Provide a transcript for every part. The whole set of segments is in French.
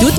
Toute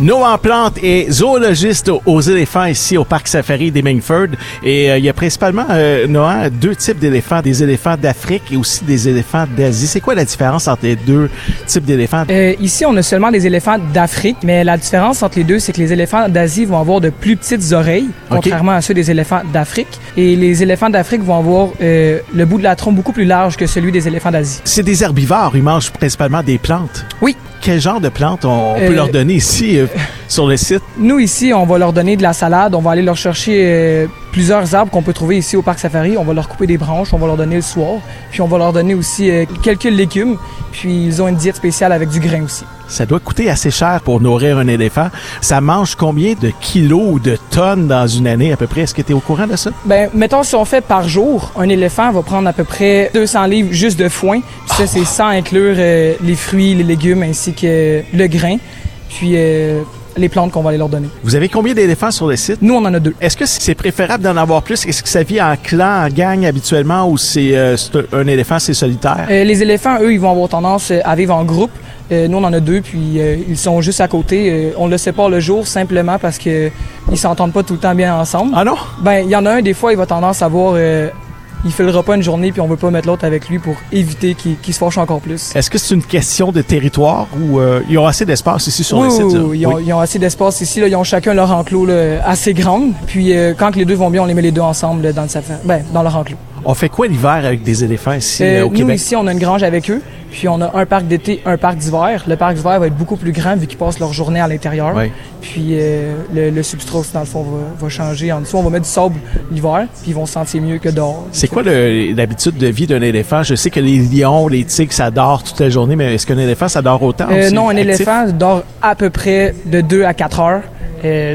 Noah Plante est zoologiste aux éléphants ici au parc safari des Mingford. Et euh, il y a principalement, euh, Noah, deux types d'éléphants, des éléphants d'Afrique et aussi des éléphants d'Asie. C'est quoi la différence entre les deux types d'éléphants? Euh, ici, on a seulement des éléphants d'Afrique, mais la différence entre les deux, c'est que les éléphants d'Asie vont avoir de plus petites oreilles, contrairement à ceux des éléphants d'Afrique. Et les éléphants d'Afrique vont avoir euh, le bout de la trompe beaucoup plus large que celui des éléphants d'Asie. C'est des herbivores, ils mangent principalement des plantes. Oui, quel genre de plantes on, peut euh, leur donner ici euh, sur le site? Nous, ici, on va leur donner de la salade. On va aller leur chercher euh, plusieurs arbres qu'on peut trouver ici au parc safari. On va leur couper des branches, on va leur donner le soir. Puis on va leur donner aussi euh, quelques légumes. Puis ils ont une diète spéciale avec du grain aussi. Ça doit coûter assez cher pour nourrir un éléphant. Ça mange combien de kilos ou de tonnes dans une année à peu près? Est-ce que tu es au courant de ça? Ben, mettons, si on fait par jour, un éléphant va prendre à peu près 200 livres juste de foin. Puis ça, oh. c'est sans inclure euh, les fruits, les légumes ainsi que le grain. Puis euh, les plantes qu'on va aller leur donner. Vous avez combien d'éléphants sur le site? Nous, on en a deux. Est-ce que c'est préférable d'en avoir plus? Est-ce que ça vit en clan, en gang habituellement ou c'est euh, un éléphant, c'est solitaire? Euh, les éléphants, eux, ils vont avoir tendance à vivre en groupe. Euh, nous, on en a deux, puis euh, ils sont juste à côté. Euh, on le sépare le jour simplement parce que ils s'entendent pas tout le temps bien ensemble. Ah non? Ben, il y en a un, des fois, il va tendance à voir... euh, il fait le repas une journée, puis on veut pas mettre l'autre avec lui pour éviter qu'il qu se fâche encore plus. Est-ce que c'est une question de territoire ou euh, ils ont assez d'espace ici sur oui, le site? Oui, oui. Ils, ont, ils ont, assez d'espace ici. Là. Ils ont chacun leur enclos là, assez grand. Puis euh, quand les deux vont bien, on les met les deux ensemble là, dans, le safari, ben, dans leur enclos. On fait quoi l'hiver avec des éléphants ici euh, au nous, Québec? ici, on a une grange avec eux, puis on a un parc d'été, un parc d'hiver. Le parc d'hiver va être beaucoup plus grand vu qu'ils passent leur journée à l'intérieur. Oui. Puis euh, le, le, substrat, dans le fond, va, va, changer. En dessous, on va mettre du sable l'hiver, puis ils vont se sentir mieux que dehors. C'est quoi l'habitude de vie d'un éléphant? Je sais que les lions, les tigres, ça dort toute la journée, mais est-ce qu'un éléphant, ça dort autant? Euh, non, un actif? éléphant dort à peu près de 2 à 4 heures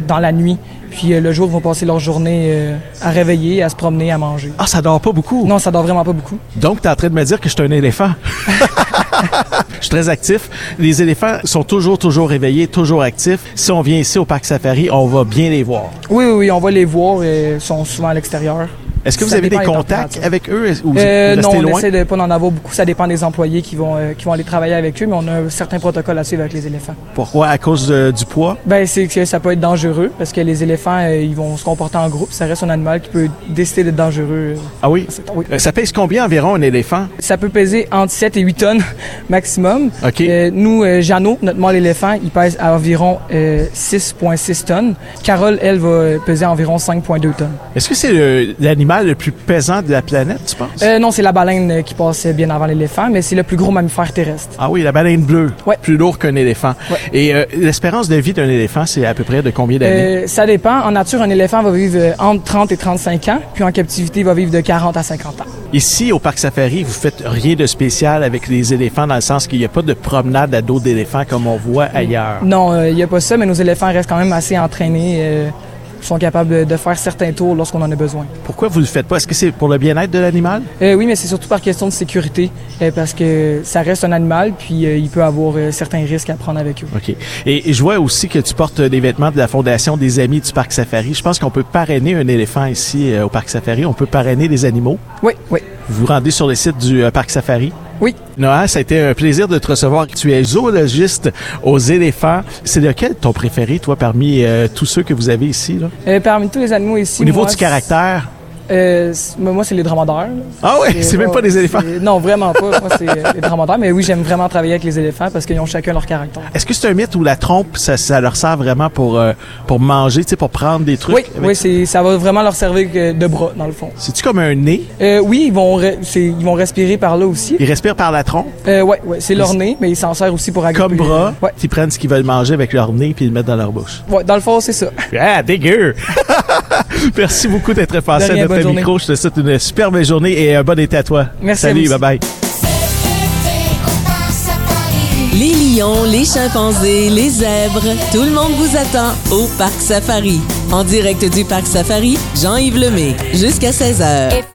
dans la nuit puis euh, le jour, ils vont passer leur journée euh, à réveiller, à se promener, à manger. Ah, ça dort pas beaucoup? Non, ça dort vraiment pas beaucoup. Donc, tu es en train de me dire que je suis un éléphant? je suis très actif. Les éléphants sont toujours, toujours réveillés, toujours actifs. Si on vient ici au parc safari, on va bien les voir. Oui, oui, oui on va les voir. Ils sont souvent à l'extérieur. Est-ce que vous ça avez des contacts avec eux ou euh, Non, on loin? essaie de pas en avoir beaucoup. Ça dépend des employés qui vont euh, qui vont aller travailler avec eux, mais on a certains protocoles à suivre avec les éléphants. Pourquoi À cause de, du poids Ben c'est que ça peut être dangereux parce que les éléphants euh, ils vont se comporter en groupe. Ça reste un animal qui peut décider d'être dangereux. Ah oui? oui. Ça pèse combien environ un éléphant Ça peut peser entre 7 et 8 tonnes maximum. Euh, Ok. nous, Jeannot, notre mâle éléphant, il pèse à environ euh, 6,6 tonnes. Carole, elle, va peser à environ 5,2 tonnes. Est-ce que c'est euh, l'animal le plus pesant de la planète, tu penses? Euh, non, c'est la baleine qui passe bien avant l'éléphant, mais c'est le plus gros mammifère terrestre. Ah oui, la baleine bleue. Ouais. Plus lourd qu'un éléphant. Ouais. Et euh, l'espérance de vie d'un éléphant, c'est à peu près de combien d'années? Euh, ça dépend. En nature, un éléphant va vivre euh, entre 30 et 35 ans, puis en captivité, il va vivre de 40 à 50 ans. Ici, au parc safari, vous faites rien de spécial avec les éléphants dans le sens qu'il n'y a pas de promenade à dos d'éléphant comme on voit ailleurs. Non, euh, il n'y a pas ça, mais nos éléphants restent quand même assez entraînés euh, sont capables de faire certains tours lorsqu'on en a besoin. Pourquoi vous le faites pas Est-ce que c'est pour le bien-être de l'animal euh, Oui, mais c'est surtout par question de sécurité, euh, parce que ça reste un animal, puis euh, il peut avoir certains risques à prendre avec eux. Ok. Et, et je vois aussi que tu portes des vêtements de la fondation des Amis du Parc Safari. Je pense qu'on peut parrainer un éléphant ici euh, au Parc Safari. On peut parrainer des animaux. Oui, oui. Vous vous rendez sur le site du euh, Parc Safari. Oui. Noah, ça a été un plaisir de te recevoir. Tu es zoologiste aux éléphants. C'est lequel ton préféré, toi, parmi euh, tous ceux que vous avez ici? Là? Euh, parmi tous les animaux ici. Au niveau moi, du caractère? Euh, moi, c'est les dromadaires. Là. Ah oui, c'est même pas des éléphants. Non, vraiment pas. Moi, c'est euh, les dromadaires. Mais oui, j'aime vraiment travailler avec les éléphants parce qu'ils ont chacun leur caractère. Est-ce que c'est un mythe où la trompe, ça, ça leur sert vraiment pour, euh, pour manger, pour prendre des trucs? Oui, oui c'est, ça va vraiment leur servir de bras, dans le fond. C'est-tu comme un nez? Euh, oui, ils vont, ils vont respirer par là aussi. Ils respirent par la trompe? Oui, ouais, c'est leur nez, mais ils s'en servent aussi pour agripper. Comme bras, euh, ouais. ils prennent ce qu'ils veulent manger avec leur nez puis ils le mettent dans leur bouche. Oui, dans le fond, c'est ça. Ah, dégueu! Merci beaucoup d'être passé à notre micro. Journée. Je te souhaite une superbe journée et un bon été à toi. Merci. Salut, à vous bye bye. Les lions, les chimpanzés, les zèbres, tout le monde vous attend au Parc Safari. En direct du Parc Safari, Jean-Yves Lemay, jusqu'à 16h.